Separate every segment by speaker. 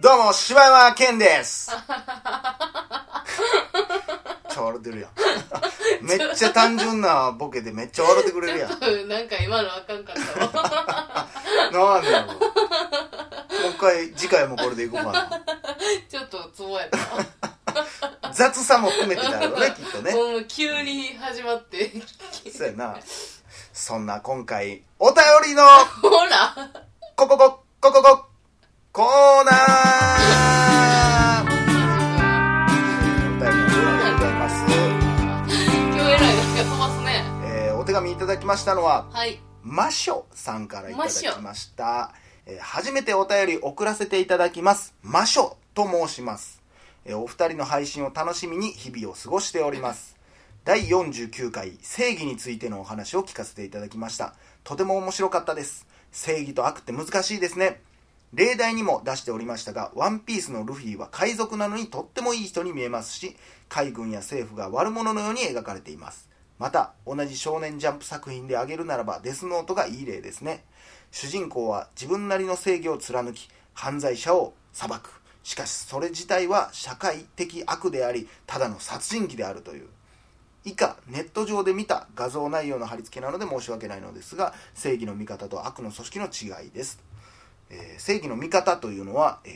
Speaker 1: どうも、柴山健です。めっちゃ笑ってるやん。めっちゃ単純なボケでめっちゃ笑ってくれるやん。
Speaker 2: なんか今のあかんかったわ
Speaker 1: なんだろう。もう一回、次回もこれでいこうか
Speaker 2: ちょっとツボやった
Speaker 1: な。雑さも含めてだろうね、きっとね。
Speaker 2: もう急に始まって
Speaker 1: そうやな。そんな今回、お便りの、
Speaker 2: ほら
Speaker 1: こここ、こここ、コーナーお便りのコーナーでございます。
Speaker 2: 今日偉いなんか飛ばすね
Speaker 1: えーお手紙いただきましたのは、
Speaker 2: はい
Speaker 1: マショさんからいただきました、えー初めてお便り送らせていただきますマショと申します、えーお二人の配信を楽しみに日々を過ごしております第49回正義についてのお話を聞かせていただきましたとても面白かったです正義と悪って難しいですね例題にも出しておりましたが、ワンピースのルフィは海賊なのにとってもいい人に見えますし、海軍や政府が悪者のように描かれています。また、同じ少年ジャンプ作品で挙げるならば、デスノートがいい例ですね。主人公は自分なりの正義を貫き、犯罪者を裁く。しかし、それ自体は社会的悪であり、ただの殺人鬼であるという。以下ネット上で見た画像内容の貼り付けなので申し訳ないのですが正義の見方と悪の組織の違いです、えー正義の見方というのは、えー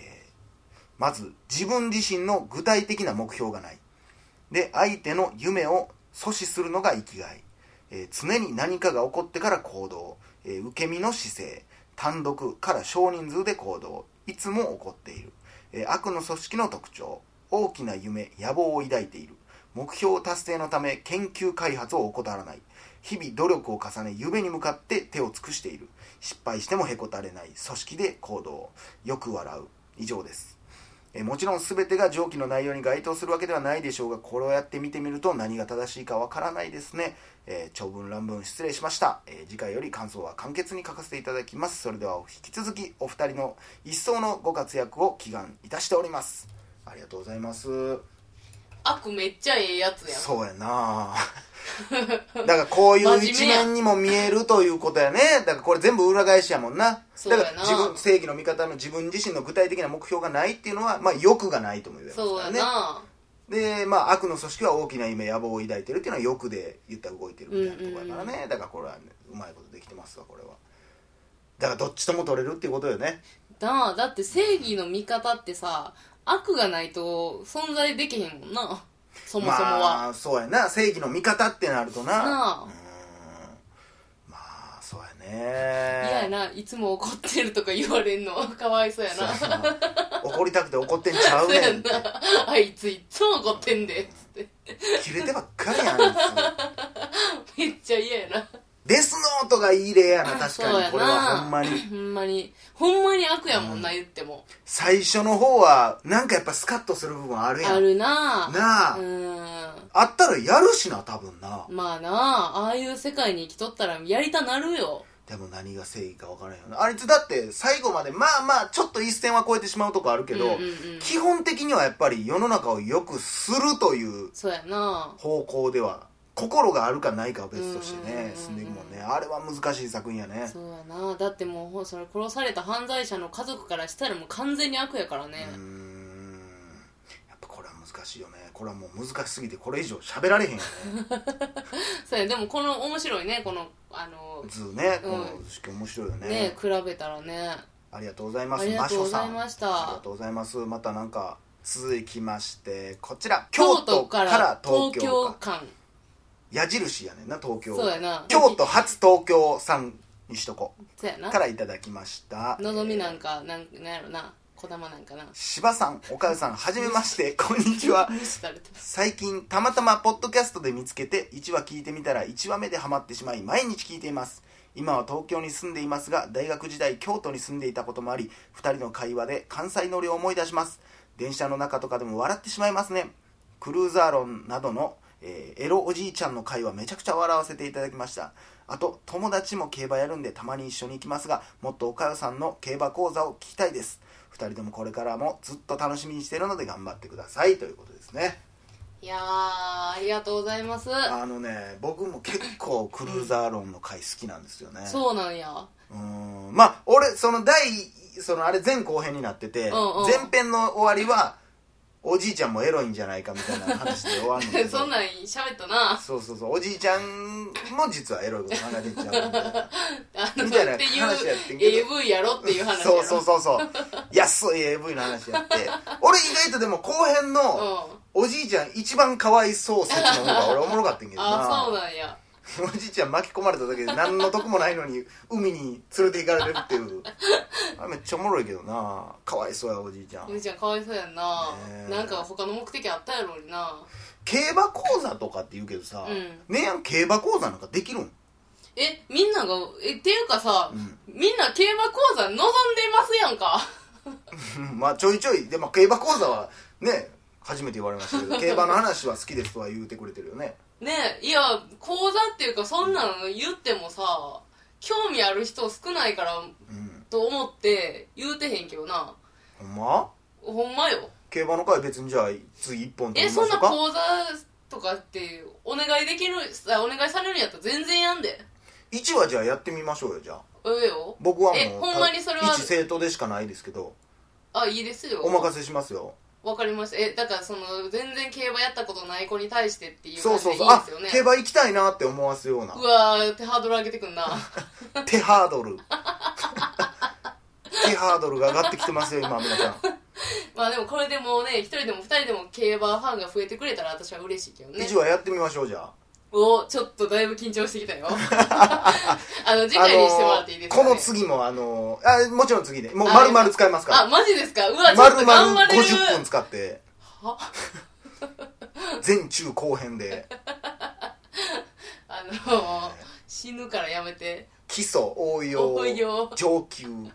Speaker 1: まず自分自身の具体的な目標がないで相手の夢を阻止するのが生きがい、えー常に何かが起こってから行動、えー受け身の姿勢単独から少人数で行動いつも起こっている、えー悪の組織の特徴大きな夢野望を抱いている目標達成のため研究開発を怠らない日々努力を重ね夢に向かって手を尽くしている失敗してもへこたれない組織で行動よく笑う以上ですえーもちろん全てが上記の内容に該当するわけではないでしょうがこれをやって見てみると何が正しいかわからないですね、えー長文乱文失礼しました、えー次回より感想は簡潔に書かせていただきますそれでは引き続きお二人の一層のご活躍を祈願いたしておりますありがとうございます
Speaker 2: 悪めっちゃええやつ やん
Speaker 1: そうやなだからこういう一面にも見えるということやねだからこれ全部裏返しやもんな
Speaker 2: そうやな
Speaker 1: だから自分正義の味方の自分自身の具体的な目標がないっていうのはまあ欲がないとも言えます
Speaker 2: そう
Speaker 1: か
Speaker 2: や
Speaker 1: ら
Speaker 2: な、
Speaker 1: ねでまあ悪の組織は大きな夢野望を抱いてるっていうのは欲で言ったら動いてるみたいなところやからね、だからこれはね、うまいことできてますわこれはだからどっちとも取れるっていうことよね
Speaker 2: なあだって正義の味方ってさ悪がないと存在できへんもんなそもそもは、
Speaker 1: まあそうやな正義の味方ってなるとな
Speaker 2: なあ
Speaker 1: うんまあそうやね
Speaker 2: 嫌やないつも怒ってるとか言われんのかわいそうやな
Speaker 1: そうやな怒りたくて怒ってんちゃう
Speaker 2: そう
Speaker 1: ね
Speaker 2: や
Speaker 1: んって
Speaker 2: なあいついっつも怒ってんでつって
Speaker 1: 切れてばっかりやんいつも
Speaker 2: めっちゃ嫌やな
Speaker 1: デスノートがいい例や な確
Speaker 2: そう
Speaker 1: か
Speaker 2: や
Speaker 1: に
Speaker 2: な
Speaker 1: これはほんまに
Speaker 2: ほんまにほんまに悪やもんな、言っても
Speaker 1: 最初の方はなんかやっぱスカッとする部分あるやん
Speaker 2: あるな
Speaker 1: なあ、
Speaker 2: うーん
Speaker 1: あったらやるしな多分な
Speaker 2: まあなあああいう世界に生きとったらやりたなるよ
Speaker 1: でも何が正義か分からんよなあいつだって最後までまあまあちょっと一線は越えてしまうとこあるけど、
Speaker 2: うんうんうん
Speaker 1: 基本的にはやっぱり世の中を良くするという
Speaker 2: そうやな
Speaker 1: 方向では心があるかないかは別としてね
Speaker 2: うん
Speaker 1: 進んでいくもんねあれは難しい作品やね
Speaker 2: そうやなだってもうほそれ殺された犯罪者の家族からしたらもう完全に悪やからね
Speaker 1: うー、んやっぱこれは難しいよねこれはもう難しすぎてこれ以上喋られへんよ ね
Speaker 2: そうやでもこの面白いねこのあの
Speaker 1: 図ね
Speaker 2: う
Speaker 1: こ
Speaker 2: ん
Speaker 1: の式面白いよね
Speaker 2: ね比べたらね
Speaker 1: ありがとうございます
Speaker 2: ありがとうございました
Speaker 1: マショさんありがとうございますまたなんか続きましてこちら
Speaker 2: 京都から東京
Speaker 1: か
Speaker 2: 間
Speaker 1: 矢印やねんな東京
Speaker 2: そうやな
Speaker 1: 京都初東京さんにしとこ
Speaker 2: そうやな
Speaker 1: からいただきました
Speaker 2: のぞみなんかなんなんやろなこだまなんかな
Speaker 1: 芝さん岡谷さんはじめましてこんにちは
Speaker 2: 無視されてます
Speaker 1: 最近たまたまポッドキャストで見つけて1話聞いてみたら1話目でハマってしまい毎日聞いています今は東京に住んでいますが大学時代京都に住んでいたこともあり2人の会話で関西乗りを思い出します電車の中とかでも笑ってしまいますねクルーザー論などの、えーエロおじいちゃんの会話めちゃくちゃ笑わせていただきましたあと友達も競馬やるんでたまに一緒に行きますがもっとおかよさんの競馬講座を聞きたいです2人ともこれからもずっと楽しみにしているので頑張ってくださいということですね
Speaker 2: いやーありがとうございます
Speaker 1: あのね僕も結構クルーザー論の回好きなんですよね
Speaker 2: そうなんや
Speaker 1: うーんまあ俺その第そのあれ前後編になってて、
Speaker 2: うんうん
Speaker 1: 前編の終わりはおじいちゃんもエロいんじゃないかみたいな話で終わるんだけど
Speaker 2: そんなん喋ったな
Speaker 1: そうそうそうおじいちゃんも実はエロいこと考えてんちゃうみたいな
Speaker 2: あの
Speaker 1: みたいな
Speaker 2: って
Speaker 1: 話やってんけ
Speaker 2: い
Speaker 1: ど
Speaker 2: う AV やろっていう話や
Speaker 1: そ
Speaker 2: ろ
Speaker 1: うそうそうそう安い AV の話やって 俺意外とでも後編の
Speaker 2: うん
Speaker 1: おじいちゃん一番かわいそう説の方が俺おもろかったんやけど
Speaker 2: あそう
Speaker 1: な
Speaker 2: なんや
Speaker 1: おじいちゃん巻き込まれただけで何の得もないのに海に連れて行かれるっていうあれめっちゃおもろいけどなかわいそうやおじいちゃん
Speaker 2: おじちゃんかわいそうやんな、
Speaker 1: ねえ
Speaker 2: なんか他の目的あったやろうにな
Speaker 1: 競馬講座とかって言うけどさ、
Speaker 2: う
Speaker 1: 姉やん競馬講座なんかできるん
Speaker 2: えみんながえっていうかさ、
Speaker 1: うん
Speaker 2: みんな競馬講座望んでますやんか
Speaker 1: うんまあちょいちょいでも競馬講座はね初めて言われましたけど競馬の話は好きですとは言うてくれてるよね
Speaker 2: ねえいや講座っていうかそんなの言ってもさ興味ある人少ないから
Speaker 1: うん
Speaker 2: と思って言うてへんけどな
Speaker 1: ほんま
Speaker 2: ほんまよ
Speaker 1: 競馬の会別にじゃあ次一本と
Speaker 2: え
Speaker 1: りまし
Speaker 2: そ
Speaker 1: ょ
Speaker 2: んな
Speaker 1: うか
Speaker 2: 講座とかってお願いできるあお願いされるんやったら全然やんで
Speaker 1: 1はじゃあやってみましょうよじゃあ
Speaker 2: ええよ
Speaker 1: 僕はも
Speaker 2: え
Speaker 1: う
Speaker 2: ほんまにそれは
Speaker 1: 一生徒でしかないですけど
Speaker 2: あいいですよ
Speaker 1: お任せしますよ
Speaker 2: わかりましたえだからその全然競馬やったことない子に対してっていう
Speaker 1: そ
Speaker 2: 感
Speaker 1: う
Speaker 2: じで
Speaker 1: そ
Speaker 2: いうい
Speaker 1: そう
Speaker 2: ですよ
Speaker 1: あ
Speaker 2: ね
Speaker 1: 競馬行きたいなって思わすような
Speaker 2: うわー手ハードル上げてくんな
Speaker 1: 手ハードル 手ハードルが上がってきてますよ今皆さん
Speaker 2: まあでもこれでもうね一人でも二人でも競馬ファンが増えてくれたら私は嬉しいけどね
Speaker 1: 1はやってみましょうじゃあ
Speaker 2: おちょっとだいぶ緊張してきたよ あの次回にしてもらっていいですか、
Speaker 1: あ
Speaker 2: ね
Speaker 1: のーこの次もあのーあもちろん次でもう
Speaker 2: あ
Speaker 1: 丸々使いますか
Speaker 2: あ
Speaker 1: ら
Speaker 2: マジですかうわちょっ
Speaker 1: 丸
Speaker 2: と頑
Speaker 1: 々
Speaker 2: 張れる
Speaker 1: 50分使って
Speaker 2: は
Speaker 1: 全中後編で
Speaker 2: あのー死ぬからやめて
Speaker 1: 基礎応用
Speaker 2: 応用
Speaker 1: 上級
Speaker 2: む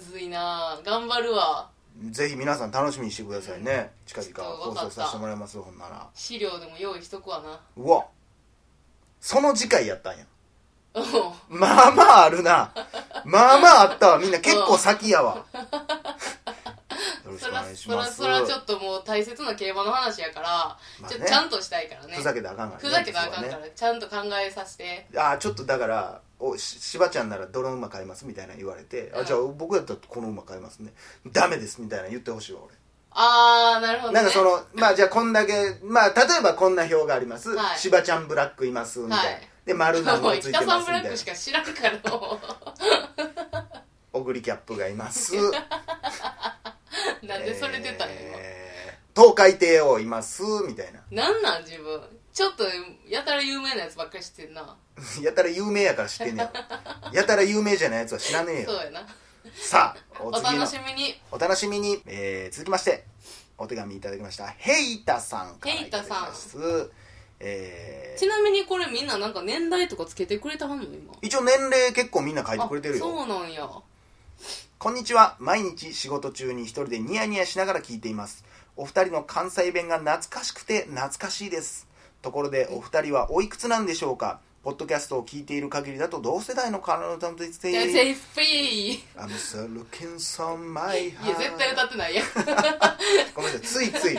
Speaker 2: ずいな頑張るわ
Speaker 1: ぜひ皆さん楽しみにしてくださいね近
Speaker 2: ちょ
Speaker 1: 々
Speaker 2: っと
Speaker 1: 放
Speaker 2: わか
Speaker 1: 送
Speaker 2: った
Speaker 1: させてもらいますよほんなら
Speaker 2: 資料でも用意しとくわな
Speaker 1: うわその次回やったんや
Speaker 2: うん
Speaker 1: まあまああるなまあまああったわみんな結構先やわよろし
Speaker 2: そ
Speaker 1: くお
Speaker 2: ら
Speaker 1: 願いし
Speaker 2: そら
Speaker 1: ます
Speaker 2: そらちょっともう大切な競馬の話やから、
Speaker 1: まあ
Speaker 2: ちょ
Speaker 1: ね
Speaker 2: ちゃんとしたいからね
Speaker 1: ふざけたらあかんからね
Speaker 2: ふざけたらあか
Speaker 1: そ
Speaker 2: んか
Speaker 1: こは
Speaker 2: ら、
Speaker 1: ね
Speaker 2: ちゃんと考えさせて
Speaker 1: あーちょっとだから「おししばちゃんならどの馬買います?」みたいな言われて「
Speaker 2: う
Speaker 1: あ
Speaker 2: ん
Speaker 1: じゃあ僕やったらこの馬買いますね」「ダメです」みたいな言ってほしいわ
Speaker 2: ああなるほど、
Speaker 1: 俺な
Speaker 2: ね、
Speaker 1: んかそのまあじゃあこんだけまあ例えばこんな表があります
Speaker 2: はい
Speaker 1: しばちゃんブラックいます」みたいな
Speaker 2: はい
Speaker 1: で丸が
Speaker 2: もう
Speaker 1: つい
Speaker 2: 北
Speaker 1: て
Speaker 2: さ
Speaker 1: ま
Speaker 2: ん
Speaker 1: す
Speaker 2: ブ
Speaker 1: み
Speaker 2: ラ
Speaker 1: たいな
Speaker 2: ックしか知らんからの
Speaker 1: 「おぐりキャップがいます」
Speaker 2: なんでそれ出たんや、
Speaker 1: えー東海帝王います」みたいな
Speaker 2: 今なんなん自分ちょっとやたら有名なやつばっかり知ってんな
Speaker 1: やたら有名やから知ってんね やろやたら有名じゃないやつは知らねえよ
Speaker 2: そうやな
Speaker 1: さあお
Speaker 2: お
Speaker 1: 次
Speaker 2: 楽
Speaker 1: の
Speaker 2: しみに
Speaker 1: お楽しみに、えー続きましてお手紙いただきましたヘイタさんからいただきますえー
Speaker 2: ちなみにこれみんななんか年代とかつけてくれてはんの今
Speaker 1: 一応年齢結構みんな書いてくれてる
Speaker 2: あそ
Speaker 1: よ
Speaker 2: うなんや
Speaker 1: こんにちは毎日仕事中に一人でニヤニヤしながら聞いていますお二人の関西弁が懐かしくて懐かしいですところでお二人はおいくつなんでしょうかポッドキャストを聞いている限りだと同世代の彼女として
Speaker 2: 先
Speaker 1: いる
Speaker 2: 生フィー
Speaker 1: I'm so looking so my
Speaker 2: いや絶対歌
Speaker 1: heart
Speaker 2: ってないやん
Speaker 1: ごめんなさいついつい R&B
Speaker 2: い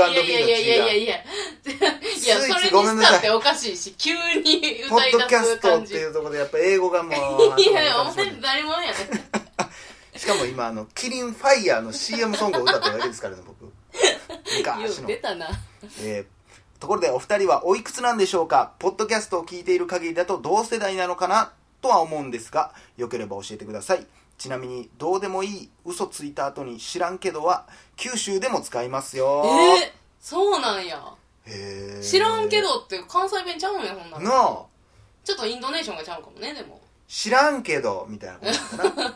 Speaker 2: や
Speaker 1: の
Speaker 2: いやいやい
Speaker 1: 違
Speaker 2: やいや
Speaker 1: い
Speaker 2: いやいや
Speaker 1: スイー
Speaker 2: そ
Speaker 1: ツ
Speaker 2: れに
Speaker 1: ごめんな
Speaker 2: し
Speaker 1: さい
Speaker 2: たっておかしいし急に
Speaker 1: ポ
Speaker 2: 歌
Speaker 1: ッ
Speaker 2: い
Speaker 1: ドキ
Speaker 2: 出
Speaker 1: ャ
Speaker 2: す
Speaker 1: スト
Speaker 2: 感
Speaker 1: って
Speaker 2: じ
Speaker 1: いうところでやっぱ英語がもう
Speaker 2: いや、お前誰もやね
Speaker 1: しかも今あのキリンファイヤーの CM ソングを歌っただけですからね僕
Speaker 2: よ
Speaker 1: 昔
Speaker 2: う
Speaker 1: の
Speaker 2: 出、たな。
Speaker 1: えーところでお二人はおいくつなんでしょうかポッドキャストを聞いている限りだと同世代なのかなとは思うんですがよければ教えてくださいちなみにどうでもいい嘘ついた後に知らんけどは九州でも使いますよ
Speaker 2: えー、そうなんや。
Speaker 1: へー
Speaker 2: 知らんけどって関西弁ちゃうんや、ほんな
Speaker 1: な
Speaker 2: ら。
Speaker 1: あ
Speaker 2: ちょっとインドネーションがちゃうかもね、でも。
Speaker 1: 知らんけどみたいなことかな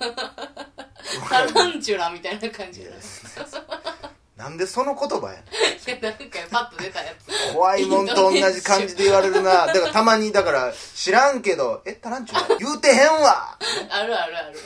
Speaker 2: タラ ンチュラみたいな感
Speaker 1: い
Speaker 2: じ
Speaker 1: や
Speaker 2: だね。
Speaker 1: なんでその言葉やねん
Speaker 2: いや なんかパッと出たやつ。
Speaker 1: 怖いもんと同じ感じで言われる なだからたまにだから知らんけどえタランチュラ言うてへんわ
Speaker 2: あるあるある。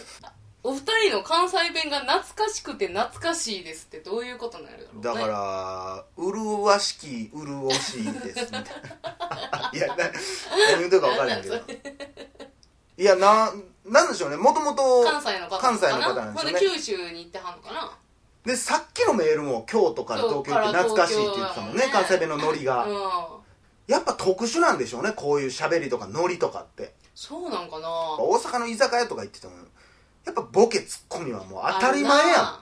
Speaker 2: お二人の関西弁が懐かしくて懐かしいですってどういうことなんやろうね
Speaker 1: だから麗しき麗しいですみたいないやな何言うてるか分からへんけど
Speaker 2: なんだ
Speaker 1: いやななんでしょうねもともと
Speaker 2: 関西の方
Speaker 1: 関西の方なんでしょうね
Speaker 2: ほんで九州に行ってはんのかな
Speaker 1: でさっきのメールも京都から東京って懐かしいって言ってたもんね
Speaker 2: そうか
Speaker 1: 関
Speaker 2: ら東京
Speaker 1: 西弁のノリが、
Speaker 2: うん
Speaker 1: やっぱ特殊なんでしょうねこういう喋りとかノリとかって
Speaker 2: そうなんかな
Speaker 1: 大阪の居酒屋とか行っててもやっぱボケツッコミはもう当たり前やん
Speaker 2: あるな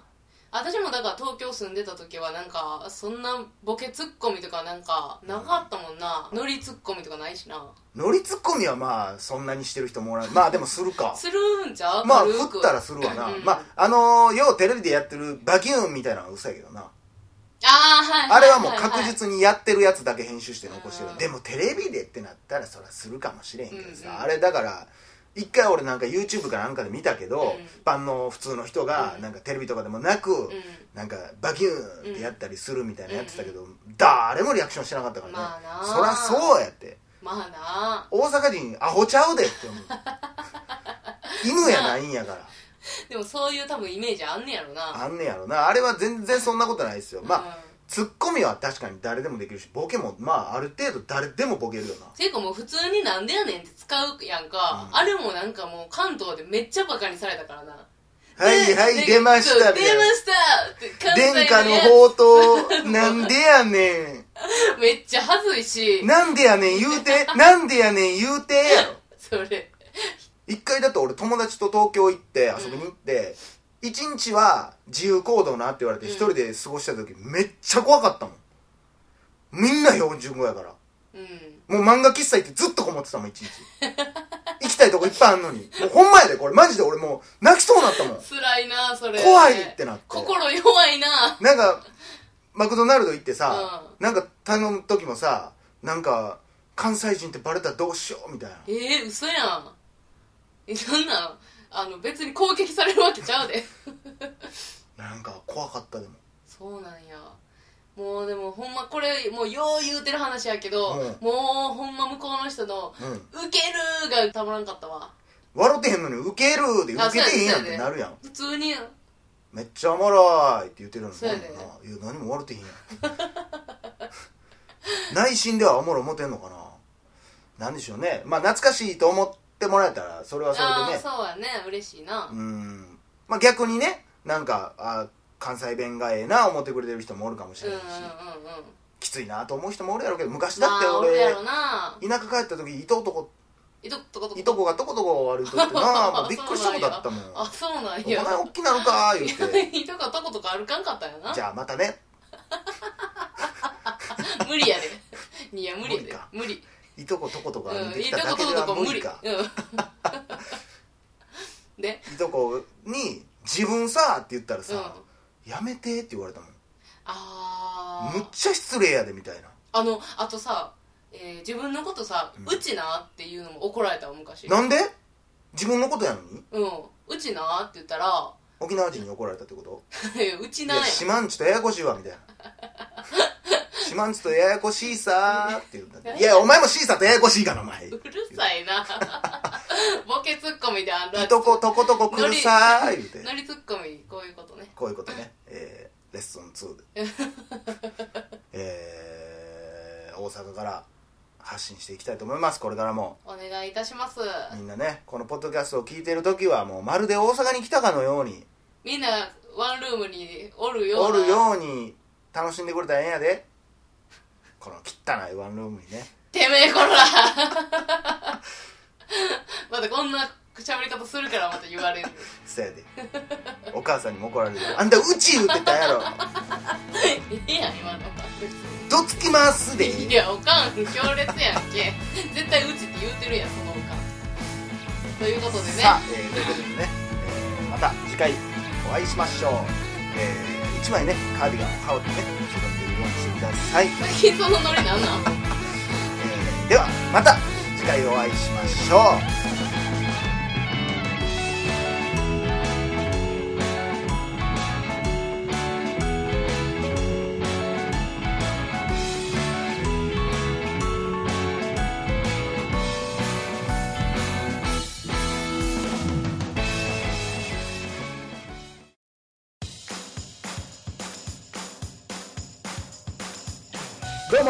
Speaker 2: 私もだから東京住んでた時はなんかそんなボケツッコミとかなんかなかったもんなノリツッコミとかないしな
Speaker 1: ノリツッコミはまあそんなにしてる人もおらんまあでもする か
Speaker 2: するんちゃう
Speaker 1: まあ
Speaker 2: 軽く
Speaker 1: 振ったらするわな、
Speaker 2: うん
Speaker 1: まああのーようテレビでやってるバキューンみたいなのは嘘やけどな
Speaker 2: あ ー
Speaker 1: あ
Speaker 2: はいい
Speaker 1: れ
Speaker 2: い
Speaker 1: はもう確実にやってるやつだけ編集して残してる、
Speaker 2: うん
Speaker 1: でもテレビでってなったらそりゃするかもしれへんけどさ、
Speaker 2: うんうん
Speaker 1: あれだから一回俺なんか YouTube かなんかで見たけど、
Speaker 2: うん
Speaker 1: 一般の普通の人がなんかテレビとかでもなく、
Speaker 2: う
Speaker 1: なんかバキューンってやったりするみたいなやってたけど、誰もリアクションしてなかったからね、
Speaker 2: まあな
Speaker 1: そりゃそうやって
Speaker 2: んまあな
Speaker 1: 大阪人アホちゃうでって思 う犬やないんやから
Speaker 2: でもそういう多分イメージあんねやろな
Speaker 1: あんねやろなあれは全然そんなことないですよまあ、
Speaker 2: あ
Speaker 1: ツッコミは確かに誰でもできるしボケもまあある程度誰でもボケるよな
Speaker 2: ていうかもう普通になんでやねんって使うやんか、
Speaker 1: うん
Speaker 2: あれもなんかもう関東でめっちゃバカにされたからな
Speaker 1: はいは
Speaker 2: で
Speaker 1: い出ました
Speaker 2: で
Speaker 1: ね
Speaker 2: 出ましたって関西
Speaker 1: 殿下の
Speaker 2: やつ
Speaker 1: 宝刀なんでやね
Speaker 2: めっちゃ恥ずいし
Speaker 1: んなんでやねん言うてなんでやねん言うてやろ
Speaker 2: それ
Speaker 1: 一回だと俺友達と東京行って遊びに行って、一日は自由行動なって言われて
Speaker 2: うん
Speaker 1: 一人で過ごした時めっちゃ怖かったもんみんな標準語やから
Speaker 2: うん
Speaker 1: もう漫画喫茶行ってずっとこもってたもん一日 行きたいとこいっぱいあんのにもうほんまやでこれマジで俺もう泣きそうになったもん
Speaker 2: 辛いなそれ
Speaker 1: 怖いってなって
Speaker 2: 心弱いな
Speaker 1: なんかマクドナルド行ってさ、なんか頼む時もさなんか関西人ってバレたらどうしようみたいな
Speaker 2: えー、嘘やんえそんなんあの別に攻撃されるわけちゃうで
Speaker 1: なんか怖かったでも
Speaker 2: そうなんやもうでもほんまこれもうよう言うてる話やけど、
Speaker 1: うん
Speaker 2: もうほんま向こうの人の
Speaker 1: うん
Speaker 2: 「ウケる!」がたまらんかったわ
Speaker 1: 笑ってへんのにウケるで
Speaker 2: あ
Speaker 1: ウケてへんやんっ
Speaker 2: そうやで
Speaker 1: てなるやん
Speaker 2: 普通に
Speaker 1: めっちゃおもろいって言ってるのに
Speaker 2: そうやで
Speaker 1: なんだないや何も笑ってへん やん内心ではおもろ思てんのかななんでしょうねまあ懐かしいと思ってもらえたらそれはそ
Speaker 2: あ
Speaker 1: れ
Speaker 2: あ
Speaker 1: でね
Speaker 2: そうやね嬉しいな、
Speaker 1: うんまあ逆にねなんかあ関西弁がええな思ってくれてる人もおるかもし
Speaker 2: うん
Speaker 1: れ
Speaker 2: うん
Speaker 1: な
Speaker 2: う
Speaker 1: い
Speaker 2: ん
Speaker 1: し、
Speaker 2: うん
Speaker 1: きついなと思う人もおるやろうけど昔だ
Speaker 2: ま
Speaker 1: って
Speaker 2: あ
Speaker 1: 俺
Speaker 2: 俺やろな
Speaker 1: 田舎帰った時いとこ
Speaker 2: いとことこと
Speaker 1: いとこがとことこ歩いとって なもうびっくりしたことあったもん
Speaker 2: あそうなん
Speaker 1: お前
Speaker 2: や
Speaker 1: 大きなのか言うて
Speaker 2: いとことことか歩かんかったんやな
Speaker 1: じゃあまたね
Speaker 2: 無理やで いや無理やで無理
Speaker 1: いとことことか歩い
Speaker 2: うん
Speaker 1: て
Speaker 2: い
Speaker 1: き
Speaker 2: と
Speaker 1: ただ
Speaker 2: こ
Speaker 1: けで
Speaker 2: とこと
Speaker 1: は
Speaker 2: こ無
Speaker 1: 無理
Speaker 2: 理
Speaker 1: か
Speaker 2: うんで
Speaker 1: いとこに「自分さ」って言ったら
Speaker 2: うん
Speaker 1: さ「やめて」って言われたもん
Speaker 2: あ
Speaker 1: むっ
Speaker 2: ー
Speaker 1: ちゃ失礼やでみたいな
Speaker 2: あのあとさえー自分のことさ
Speaker 1: うん
Speaker 2: 「うちな」っていうのも怒られたわ昔
Speaker 1: なんで自分のことやのに
Speaker 2: うん「うちな」って言ったら
Speaker 1: 沖縄人に怒られたってこと
Speaker 2: 「いや うち
Speaker 1: い
Speaker 2: な」
Speaker 1: や
Speaker 2: や
Speaker 1: 四万ちとややこしいわ みたいな四万ちとややこしいさーって言うんだっていやお前もシーサーとややこしいからお前
Speaker 2: うるさ いなボケツッコミであんない
Speaker 1: とことことこ来るさー言うて
Speaker 2: ノリツッコミこういうことね
Speaker 1: こういうことね、えーレッスン2で、 えー大阪から発信していきたいと思いますこれからも
Speaker 2: お願いいたします
Speaker 1: みんなねこのポッドキャストを聞いてる時はもうまるで大阪に来たかのように
Speaker 2: みんなワンルームにおるような
Speaker 1: おるように楽しんでくれたらええんやでこの汚いワンルームにね
Speaker 2: てめえこら またこんな喋り方するからまた言 われる
Speaker 1: そやでお母さんにも怒られるよあんたうち言うてたやろ
Speaker 2: いいやん今のは別
Speaker 1: どつきますで
Speaker 2: にいやおかん強烈やんけ絶対うちって言うてるやんそのおかんということでね
Speaker 1: さあ、えーということでね、えーまた次回お会いしましょう、え1枚ねカーディガンを羽織ってね自分でいるようにしてください、
Speaker 2: 最近そのノリなんなん
Speaker 1: えーではまた次回お会いしましょうどう